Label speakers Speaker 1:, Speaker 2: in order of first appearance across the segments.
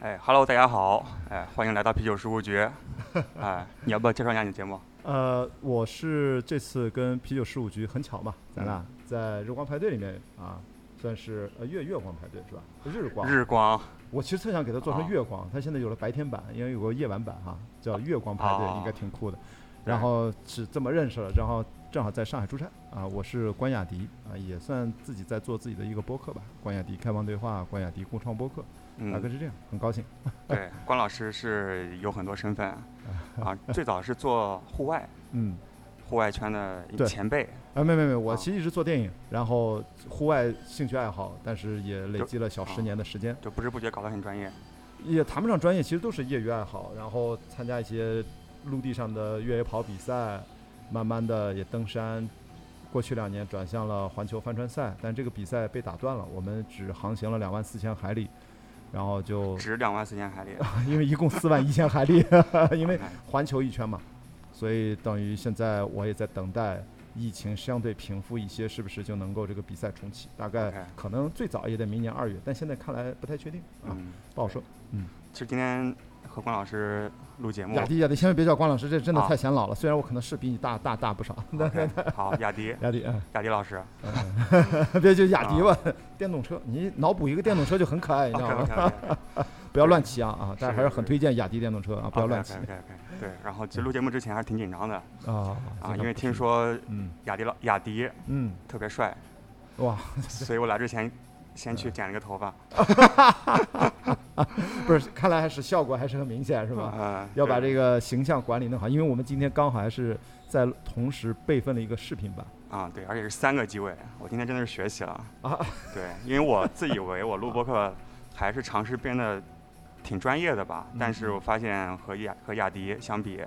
Speaker 1: 哎，Hello，大家好，哎，欢迎来到啤酒事务 局。哎，你要不要介绍一下你的节目？
Speaker 2: 呃，我是这次跟啤酒事务局很巧嘛，咱
Speaker 1: 嗯
Speaker 2: 俩在日光派对里面啊，算是呃月月光派对是吧？日光，
Speaker 1: 日啊光
Speaker 2: 我其实特想给它做成月光，它现在有了白天版，因为有个夜晚版哈、叫月光派对，
Speaker 1: 啊
Speaker 2: 应该挺酷的。然后是这么认识了，然后正好在上海出差啊，我是关雅迪啊，也算自己在做自己的一个播客吧，关雅迪开放对话，关雅迪共创播客，大概
Speaker 1: 嗯，
Speaker 2: 是这样，很高兴。
Speaker 1: 对，关老师是有很多身 份啊，最早是做户外
Speaker 2: 嗯，
Speaker 1: 户外圈的
Speaker 2: 对
Speaker 1: 前辈，
Speaker 2: 啊，没没没，我
Speaker 1: 啊
Speaker 2: 其实一直做电影，然后户外兴趣爱好，但是也累积了小十年的时间，
Speaker 1: 就不知不觉搞得很专业。
Speaker 2: 也谈不上专业，其实都是业余爱好，然后参加一些陆地上的越野跑比赛，慢慢的也登山。过去两年转向了环球帆船赛，但这个比赛被打断了，我们只航行了两万四千海里，然后就
Speaker 1: 值两万四千 海里，
Speaker 2: 因为一共四万一千海里， 因为环球一圈嘛，所以等于现在我也在等待疫情相对平复一些，是不是就能够这个比赛重启？大
Speaker 1: OK
Speaker 2: 概可能最早也得明年二月，但现在看来不太确定啊，
Speaker 1: 嗯，
Speaker 2: 不好说。
Speaker 1: 其实今天和关老师录节目
Speaker 2: 雅，迪，雅迪，千万别叫关老师，这真的
Speaker 1: 嗯啊
Speaker 2: 太显老了。虽然我可能是比你大大大不少，但
Speaker 1: OK，好，雅 迪，
Speaker 2: 雅迪，嗯
Speaker 1: 雅迪老师
Speaker 2: 别就雅迪
Speaker 1: 啊
Speaker 2: 吧。电动车，你脑补一个电动车就很可哎爱，你知
Speaker 1: ，OK
Speaker 2: 道吗？
Speaker 1: OK OK
Speaker 2: 不要乱骑啊啊！但
Speaker 1: 是
Speaker 2: 是还是
Speaker 1: 是
Speaker 2: 很推荐雅迪电动车 啊，不要乱骑嗯
Speaker 1: OK OK，对，然后其实录节目之前还是挺紧张的
Speaker 2: 啊
Speaker 1: 啊，因为听，说
Speaker 2: 嗯
Speaker 1: 雅迪老雅迪
Speaker 2: 嗯，
Speaker 1: 特别帅，
Speaker 2: 哇，
Speaker 1: 所以我来之前先
Speaker 2: 嗯
Speaker 1: 去剪了个头发，
Speaker 2: 不是，看来还是效果还是很明显，是吧？
Speaker 1: 嗯，
Speaker 2: 要把这
Speaker 1: 个
Speaker 2: 个形象管理弄好，因为我们今天刚好还是在同时备份了一个视频版。
Speaker 1: 啊，对，而且是三个机位，我今天真的是学习了
Speaker 2: 啊，
Speaker 1: 对，因为我自以为我录播客还是尝试变得挺专业的吧，但
Speaker 2: 嗯
Speaker 1: 是我发现和雅和雅迪相比，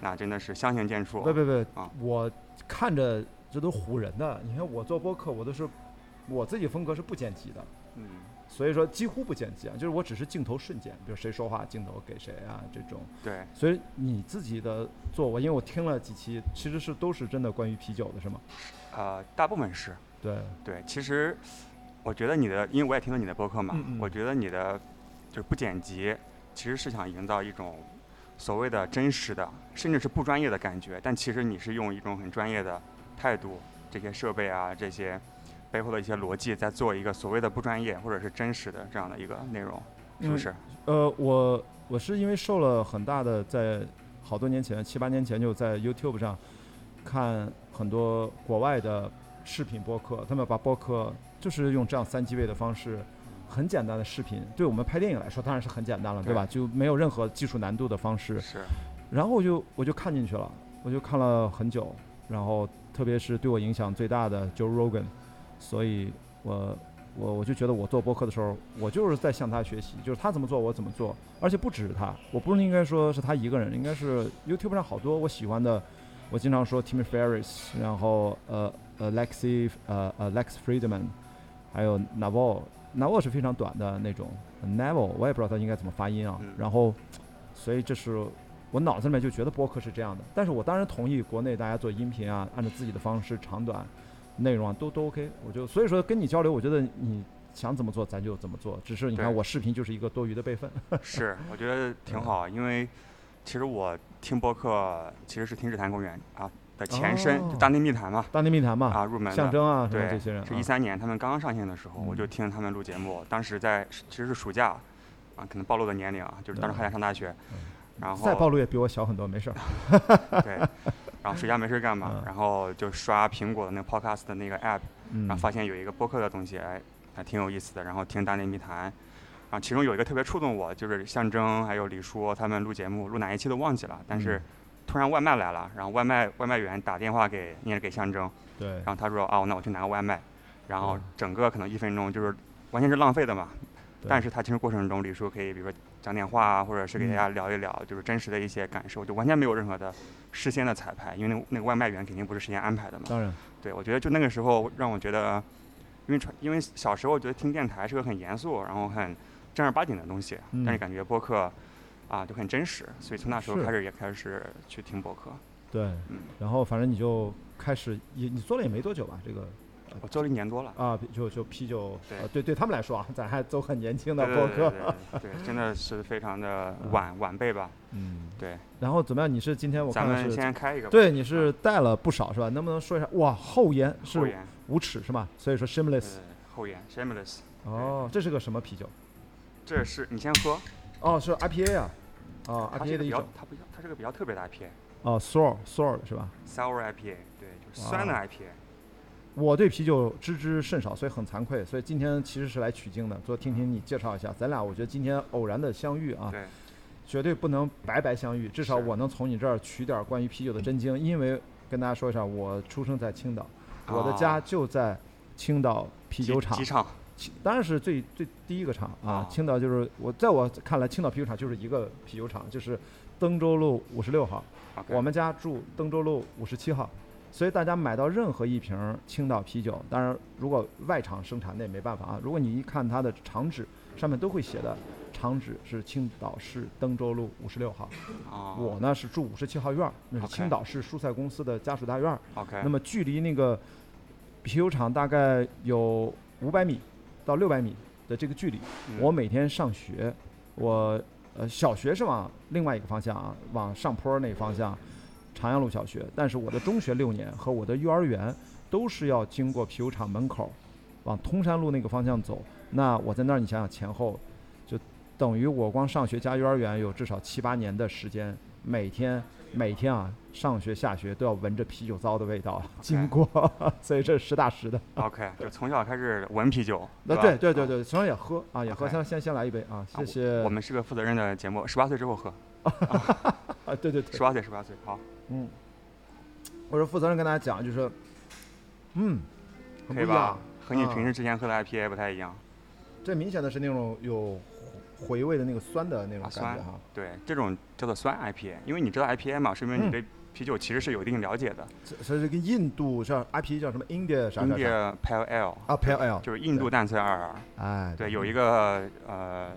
Speaker 1: 那真的是相形见绌
Speaker 2: 不，不不
Speaker 1: 啊，
Speaker 2: 我看着这都唬人的。你看我做播客，我都是我自己风格是不剪辑的，
Speaker 1: 嗯，
Speaker 2: 所以说几乎不剪辑啊，就是我只是镜头瞬间，比如谁说话镜头给谁啊这种。
Speaker 1: 对，
Speaker 2: 所以你自己的做，我因为我听了几期，其实是都是真的关于啤酒的，是吗？
Speaker 1: 呃，大部分是
Speaker 2: 对，
Speaker 1: 对，其实我觉得你的，因为我也听了你的播客嘛，
Speaker 2: 嗯嗯
Speaker 1: 我觉得你的就是不剪辑，其实是想营造一种所谓的真实的，甚至是不专业的感觉，但其实你是用一种很专业的态度，这些设备啊，这些背后的一些逻辑，在做一个所谓的不专业或者是真实的这样的一个内容，是不
Speaker 2: 嗯
Speaker 1: 是？
Speaker 2: 呃，我我是因为受了很大的，在好多年前，七八年前就在 YouTube 上看很多国外的视频播客，他们把播客就是用这样三机位的方式，很简单的视频，对我们拍电影来说当然是很简单了，对吧？就没有任何技术难度的方式。
Speaker 1: 是，
Speaker 2: 然后我就我就看进去了，我就看了很久，然后特别是对我影响最大的 Joe Rogan，所以我我我就觉得我做播客的时候，我就是在向他学习，就是他怎么做我怎么做，而且不只是他，我不是应该说是他一个人，应该是 YouTube 上好多我喜欢的，我经常说 Tim Ferriss，然后呃 Alexi 呃 Alex Friedman，还有 Naval。Naval 是非常短的那种，Naval 我也不知道他应该怎么发音啊
Speaker 1: 嗯。
Speaker 2: 然后，所以这是我脑子里面就觉得播客是这样的，但是我当然同意国内大家做音频啊，按照自己的方式长短、内容啊都都 OK。我就所以说跟你交流，我觉得你想怎么做咱就怎么做，只是你看
Speaker 1: 对
Speaker 2: 我视频就是一个多余的备份。
Speaker 1: 是，我觉 得挺好，因为其实我听播客其实是听日坛公园啊的前身，就
Speaker 2: 哦
Speaker 1: 大内密谈嘛
Speaker 2: 大内密谈嘛，
Speaker 1: 啊入门
Speaker 2: 象
Speaker 1: 的。
Speaker 2: 征啊什么
Speaker 1: 对，
Speaker 2: 这些人、
Speaker 1: 是一
Speaker 2: 啊，
Speaker 1: 三年他们刚刚上线的时候，我就
Speaker 2: 嗯
Speaker 1: 听他们录节目，当时在其实是暑假，啊，可能暴露的年龄啊，就是当时还在上大学，然
Speaker 2: 嗯再暴
Speaker 1: 后
Speaker 2: 露也比我小很多，没事儿。
Speaker 1: 对，然后暑假没事干嘛，
Speaker 2: 嗯
Speaker 1: 然后就刷苹果的那个 Podcast 的那个 app，
Speaker 2: 嗯
Speaker 1: 然后发现有一个播客的东西，哎，还挺有意思的。然后听《大内密谈》，然后其中有一个特别触动我，就是象征还有李叔他们录节目，录哪一期都忘记了，但是
Speaker 2: 嗯
Speaker 1: 突然外卖来了，然后外卖外卖员打电话给也是给象征，
Speaker 2: 对
Speaker 1: 然，后他说哦，那我去拿个外卖，然后
Speaker 2: 对
Speaker 1: 整个可能一分钟就是完全是浪费的嘛。
Speaker 2: 对
Speaker 1: 但是他听的过程中，李叔可以比如说讲点话啊，或者是给大
Speaker 2: 嗯
Speaker 1: 家聊一聊，就是真实的一些感受，就完全没有任何的事先的彩排，因为那个那个外卖员肯定不是事先安排的嘛。
Speaker 2: 当然
Speaker 1: 对，我觉得就那个时候让我觉得，因为传因为小时候觉得听电台是个很严肃，然后很正儿八经的东西，
Speaker 2: 嗯
Speaker 1: 但是感觉播客啊就很真实，所以从那时候
Speaker 2: 是
Speaker 1: 开始也开始去听播客。
Speaker 2: 对
Speaker 1: 嗯，
Speaker 2: 然后反正你就开始也你做了也没多久吧，这个
Speaker 1: 我做了一年多了。
Speaker 2: 啊，就就啤酒，
Speaker 1: 对
Speaker 2: 呃对对他们来说啊，咱还都很年轻的
Speaker 1: 对
Speaker 2: 播
Speaker 1: 对对
Speaker 2: 客，
Speaker 1: 对对，对真的是非常的
Speaker 2: 嗯
Speaker 1: 晚晚辈吧？
Speaker 2: 嗯，
Speaker 1: 对，
Speaker 2: 然后怎么样？你是今天我
Speaker 1: 咱
Speaker 2: 看
Speaker 1: 们
Speaker 2: 的是，
Speaker 1: 先开一个吧。
Speaker 2: 对，你是带了不少是吧？能不能说一下？哇，厚颜
Speaker 1: 后
Speaker 2: 是
Speaker 1: 言，
Speaker 2: 无耻是吧？所以说 shameless，
Speaker 1: 呃，后言 shameless，
Speaker 2: 哦，这是个什么啤酒？
Speaker 1: 这是你先喝，
Speaker 2: 哦，是 IPA 啊，哦
Speaker 1: 它是一个
Speaker 2: ，IPA 的
Speaker 1: 比
Speaker 2: 一
Speaker 1: 较
Speaker 2: 种，，
Speaker 1: 它不，它是个比较特别的 IPA。
Speaker 2: 哦，sour sour 是吧？
Speaker 1: Sour IPA，对，就是酸的 IPA。
Speaker 2: 啊我对啤酒知之甚少，所以很惭愧，所以今天其实是来取经的，说听听你介绍一下，咱俩我觉得今天偶然的相遇啊，
Speaker 1: 对，
Speaker 2: 绝对不能白白相遇，至少
Speaker 1: 是
Speaker 2: 我能从你这儿取点儿关于啤酒的真经，因为跟大家说一下，我出生在青岛，我的家
Speaker 1: 啊
Speaker 2: 就在青岛啤酒
Speaker 1: 机
Speaker 2: 厂
Speaker 1: 机，场
Speaker 2: 其当然是最最第一个厂啊
Speaker 1: 啊，
Speaker 2: 青岛就是我在我看来，青岛啤酒厂就是一个啤酒厂，就是登州路五十六号。
Speaker 1: ，OK，
Speaker 2: 我们家住登州路五十七号，所以大家买到任何一瓶青岛啤酒，当然如果外厂生产的也没办法啊。如果你一看它的厂址，上面都会写的厂址是青岛市登州路五十六号。
Speaker 1: 啊，
Speaker 2: 我呢是住五十七号院儿，那是
Speaker 1: OK
Speaker 2: 青岛市蔬菜公司的家属大院儿。
Speaker 1: OK，嗯
Speaker 2: 那么距离那个啤酒厂大概有五百米到六百米的这个距离。
Speaker 1: 嗯
Speaker 2: 我每天上学，我呃小学是往另外一个方向啊，往上坡那个方向，长阳路小学。但是我的中学六年和我的幼儿园都是要经过啤酒厂门口，往通山路那个方向走。那我在那儿，你想想前后，就等于我光上学加幼儿园有至少七八年的时间，每天每天啊上学下学都要闻着啤酒糟的味道啊经过， 所以这是实打实的。
Speaker 1: OK，就从小开始闻啤酒。
Speaker 2: 那
Speaker 1: 是吧
Speaker 2: 对对对
Speaker 1: 啊
Speaker 2: 对，虽然也喝啊，也喝，
Speaker 1: OK
Speaker 2: 先先先来一杯啊，谢谢。
Speaker 1: 哦我们是个负责任的节目，十八岁之后喝，
Speaker 2: 啊，对对
Speaker 1: 十
Speaker 2: 对，
Speaker 1: 八岁，十八岁，好，
Speaker 2: 嗯，我是负责任跟大家讲，就是，嗯，
Speaker 1: 可
Speaker 2: 很不
Speaker 1: 以
Speaker 2: 一
Speaker 1: 吧
Speaker 2: 样，？
Speaker 1: 和你
Speaker 2: 啊
Speaker 1: 平时之前喝的 IPA 不太一样。
Speaker 2: 这明显的是那种有回味的那个酸的那种
Speaker 1: 啊
Speaker 2: 感觉哈。
Speaker 1: 对，这种叫做酸 IPA，因为你知道 IPA 嘛，说明
Speaker 2: 嗯
Speaker 1: 你对啤酒其实是有一定了解的。
Speaker 2: 这这是跟印度叫 IP 叫什么 India 啥啥啥
Speaker 1: India Pale Ale，
Speaker 2: 啊 p a l e
Speaker 1: 就是印度淡色二
Speaker 2: Ale，哎，
Speaker 1: 对，有一个呃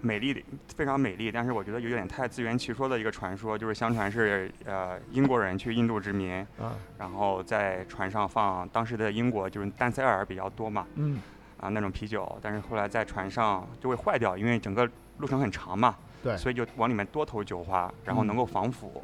Speaker 1: 美丽的非常美丽，但是我觉得有点太自圆其说的一个传说，就是相传是呃英国人去印度殖民，
Speaker 2: 啊，
Speaker 1: 然后在船上放当时的英国就是丹塞尔比较多嘛
Speaker 2: 嗯
Speaker 1: 啊那种啤酒，但是后来在船上就会坏掉，因为整个路程很长嘛，
Speaker 2: 对嗯
Speaker 1: 所以就往里面多投酒花，然后能够防腐。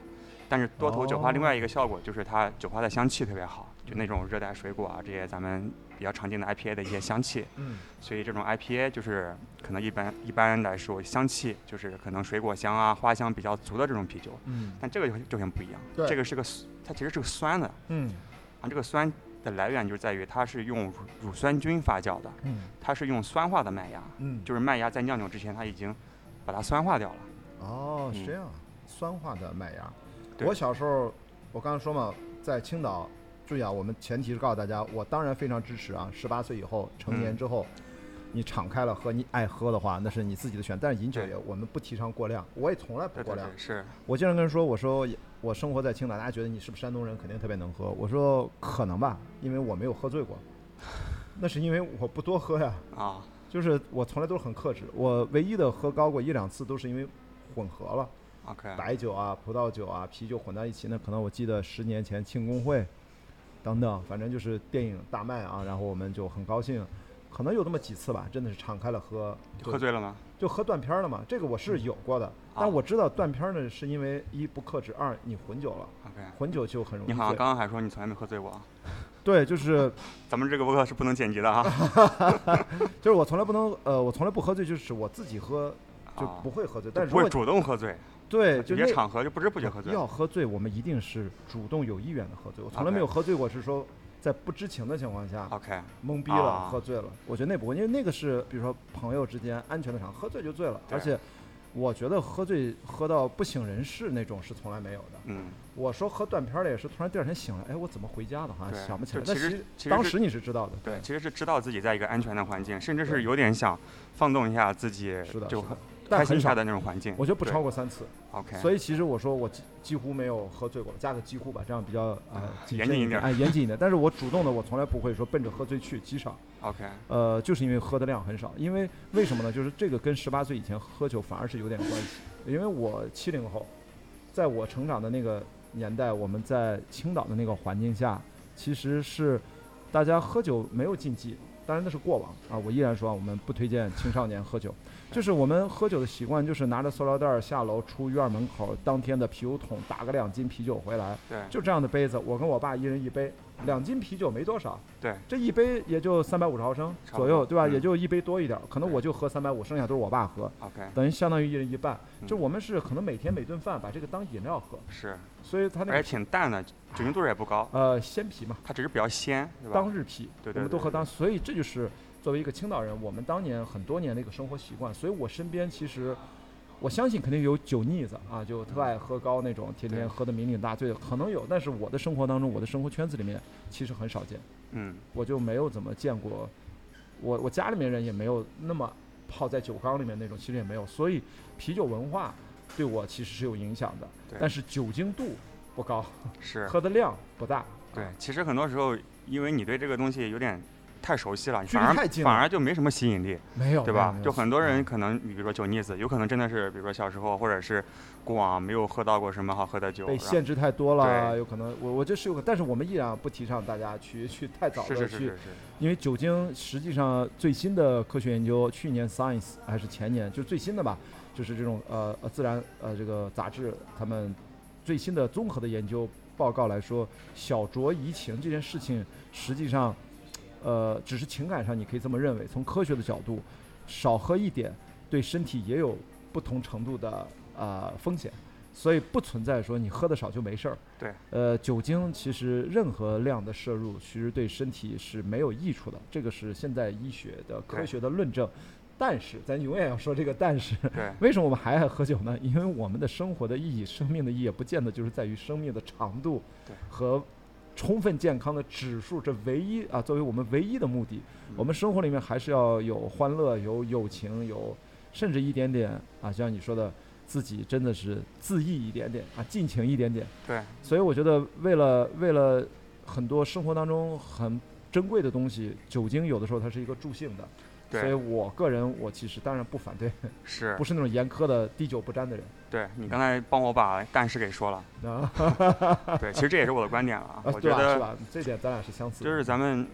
Speaker 1: 但是多投酒花
Speaker 2: 哦
Speaker 1: 另外一个效果就是它酒花的香气特别好，就那种热带水果啊这些咱们比较常见的 IPA 的一些香气。
Speaker 2: 嗯
Speaker 1: 所以这种 IPA 就是可能一般一般来说香气就是可能水果香啊花香比较足的这种啤酒，
Speaker 2: 嗯
Speaker 1: 但这个就就很不一样。
Speaker 2: 对
Speaker 1: 这个是个酸它其实是个酸的
Speaker 2: 嗯
Speaker 1: 啊，这个酸的来源就在于它是用乳乳酸菌发酵的，
Speaker 2: 嗯
Speaker 1: 它是用酸化的麦芽，
Speaker 2: 嗯，
Speaker 1: 就是麦芽在酿酒之前它已经把它酸化掉了。
Speaker 2: 哦，是
Speaker 1: 嗯
Speaker 2: 这样啊，酸化的麦芽。
Speaker 1: 对
Speaker 2: 我小时候，我刚才说嘛，在青岛，注意啊，我们前提是告诉大家，我当然非常支持啊，十八岁以后，成年
Speaker 1: 嗯
Speaker 2: 之后。你敞开了喝，你爱喝的话，那是你自己的选。但是饮酒
Speaker 1: 对
Speaker 2: 也，我们不提倡过量，我也从来不
Speaker 1: 对
Speaker 2: 过
Speaker 1: 对
Speaker 2: 量。
Speaker 1: 对，是
Speaker 2: 我经常跟人说，我说我生活在青岛，大家觉得你是不是山东人，肯定特别能喝。我说可能吧，因为我没有 喝醉过，那是因为我不多喝呀。
Speaker 1: 啊，
Speaker 2: 就是我从来都是很克制，我唯一的喝高过一两次都是因为混合了。
Speaker 1: OK，
Speaker 2: 白酒啊、葡萄酒啊、啤酒混在一起，那可能我记得十年前庆功会等等，反正就是电影大卖啊，然后我们就很高兴，可能有那么几次吧，真的是敞开了喝，就
Speaker 1: 喝醉嗯啊了吗？
Speaker 2: 就喝断片儿了嘛，这个我是有过的，但我知道断片儿呢是因为一不克制，二你混酒了，
Speaker 1: OK，
Speaker 2: 混酒就很容
Speaker 1: 嗯
Speaker 2: 易
Speaker 1: 你好像
Speaker 2: 醉，
Speaker 1: 刚刚还说你从来没喝醉过啊，
Speaker 2: 对，就是
Speaker 1: 咱们这个播客是不能剪辑的啊。
Speaker 2: 就是我从来不能呃，我从来不喝醉，就是我自己喝就
Speaker 1: 啊
Speaker 2: 不会喝醉，
Speaker 1: 就
Speaker 2: 但是
Speaker 1: 不
Speaker 2: 如
Speaker 1: 会
Speaker 2: 果
Speaker 1: 主动喝醉，
Speaker 2: 对就
Speaker 1: 有些
Speaker 2: 那
Speaker 1: 场合就不知不觉喝醉。
Speaker 2: 要喝醉，我们一定是主动有意愿的喝醉。我从来
Speaker 1: OK
Speaker 2: 没有喝醉过，是说在不知情的情况下
Speaker 1: OK，
Speaker 2: 懵逼了、
Speaker 1: 啊
Speaker 2: 喝醉了。我觉得那不会，因为那个是比如说朋友之间安全的场合，喝醉就醉了。
Speaker 1: 对
Speaker 2: 而且我觉得喝醉喝到不省人事那种是从来没有的。
Speaker 1: 嗯，
Speaker 2: 我说喝断片儿的也是突然第二天醒来，哎，我怎么回家的？好
Speaker 1: 对
Speaker 2: 像想不起
Speaker 1: 就
Speaker 2: 来。那
Speaker 1: 其实其实
Speaker 2: 当
Speaker 1: 是
Speaker 2: 时你是知道的，
Speaker 1: 对，其实是知道自己在一个安全的环境，甚至
Speaker 2: 对
Speaker 1: 是有点想放纵一下自己
Speaker 2: 是的，，
Speaker 1: 就是
Speaker 2: 的。但
Speaker 1: 开心
Speaker 2: 很
Speaker 1: 一下
Speaker 2: 少，
Speaker 1: 的那种环境。
Speaker 2: 我觉得不
Speaker 1: 对
Speaker 2: 超过三次。
Speaker 1: OK，
Speaker 2: 所以其实我说我几几乎没有喝醉过，加个几乎吧，这样比较呃谨慎
Speaker 1: 严谨一点
Speaker 2: 哎严谨一点。但是我主动的，我从来不会说奔着喝醉去，极少。
Speaker 1: OK，
Speaker 2: 呃，就是因为喝的量很少，因为为什么呢？就是这个跟十八岁以前喝酒反而是有点关系，因为我七零后，在我成长的那个年代，我们在青岛的那个环境下，其实是大家喝酒没有禁忌，当然那是过往啊。我依然说啊，我们不推荐青少年喝酒。就是我们喝酒的习惯，就是拿着塑料袋儿下楼，出院门口，当天的啤酒桶打个两斤啤酒回来，
Speaker 1: 对
Speaker 2: 就这样的杯子，我跟我爸一人一杯，两斤啤酒没多少，
Speaker 1: 对，
Speaker 2: 这一杯也就三百五十毫升
Speaker 1: 差不多
Speaker 2: 左右，对吧？
Speaker 1: 嗯
Speaker 2: 也就一杯多一点儿，可能
Speaker 1: 对
Speaker 2: 我就喝三百五，剩下都是我爸喝，
Speaker 1: ，OK，
Speaker 2: 等于相当于一人一半。
Speaker 1: 嗯
Speaker 2: 就我们是可能每天每顿饭把这个当饮料喝，
Speaker 1: 是，
Speaker 2: 所以它那
Speaker 1: 而且
Speaker 2: 个
Speaker 1: 挺淡的，酒精度数也不高，
Speaker 2: 呃鲜啤嘛，
Speaker 1: 它只是比较鲜，对吧
Speaker 2: 当？日啤，
Speaker 1: 对对
Speaker 2: 我们都
Speaker 1: 对
Speaker 2: 喝
Speaker 1: 对
Speaker 2: 当，所以这就是作为一个青岛人，我们当年很多年的一个生活习惯。所以我身边其实，我相信肯定有酒腻子啊，就特爱喝高那种，天
Speaker 1: 嗯对
Speaker 2: 天喝得酩酊大醉，可能有。但是我的生活当中，我的生活圈子里面其实很少见，
Speaker 1: 嗯，
Speaker 2: 我就没有怎么见过，我我家里面人也没有那么泡在酒缸里面那种，其实也没有。所以啤酒文化对我其实是有影响的，
Speaker 1: 对
Speaker 2: 但是酒精度不高，
Speaker 1: 是，
Speaker 2: 喝的量不大。
Speaker 1: 对。其实很多时候，因为你对这个东西有点太熟悉了，
Speaker 2: 距离
Speaker 1: 反而
Speaker 2: 太近了
Speaker 1: 反而就没什么吸引力，
Speaker 2: 没有，
Speaker 1: 对
Speaker 2: 没有
Speaker 1: 吧
Speaker 2: 没？有
Speaker 1: 就很多人
Speaker 2: 嗯
Speaker 1: 可能，比如说酒腻子，有可能真的是，比如说小时候或者是过往没有喝到过什么好喝的酒，
Speaker 2: 被
Speaker 1: 然后
Speaker 2: 限制太多了，
Speaker 1: 对
Speaker 2: 有可能我我这是有可，但是我们依然不提倡大家去去太早的
Speaker 1: 是
Speaker 2: 去，
Speaker 1: 是是是是，
Speaker 2: 因为酒精实际上最新的科学研究，去年 Science 还是前年，就最新的吧，就是这种呃呃自然呃这个杂志他们最新的综合的研究报告来说，小酌怡情这件事情实际上，呃只是情感上你可以这么认为，从科学的角度，少喝一点对身体也有不同程度的呃风险。所以不存在说你喝的少就没事儿。
Speaker 1: 对，
Speaker 2: 呃，酒精其实任何量的摄入，其实对身体是没有益处的，这个是现在医学的科
Speaker 1: 对
Speaker 2: 学的论证。但是，咱永远要说这个但是，
Speaker 1: 对
Speaker 2: 为什么我们还爱喝酒呢？因为我们的生活的意义、生命的意义，也不见得就是在于生命的长度
Speaker 1: 对
Speaker 2: 和充分健康的指数，这唯一啊，作为我们唯一的目的。
Speaker 1: 嗯
Speaker 2: 我们生活里面还是要有欢乐、有友情、有甚至一点点啊，就像你说的，自己真的是自意一点点啊，尽情一点点。
Speaker 1: 对，
Speaker 2: 所以我觉得，为了为了很多生活当中很珍贵的东西，酒精有的时候它是一个助兴的。
Speaker 1: 对
Speaker 2: 所以我个人我其实当然不反对。
Speaker 1: 是
Speaker 2: 不，是那种严苛的滴酒不沾的人
Speaker 1: 对你刚才帮我把但是给说了，
Speaker 2: 啊，
Speaker 1: 对，其实这也是我的观点了啊，
Speaker 2: 啊
Speaker 1: 我
Speaker 2: 对
Speaker 1: 觉
Speaker 2: 吧？是
Speaker 1: 得
Speaker 2: 吧？这点咱俩是相似的，
Speaker 1: 就是咱们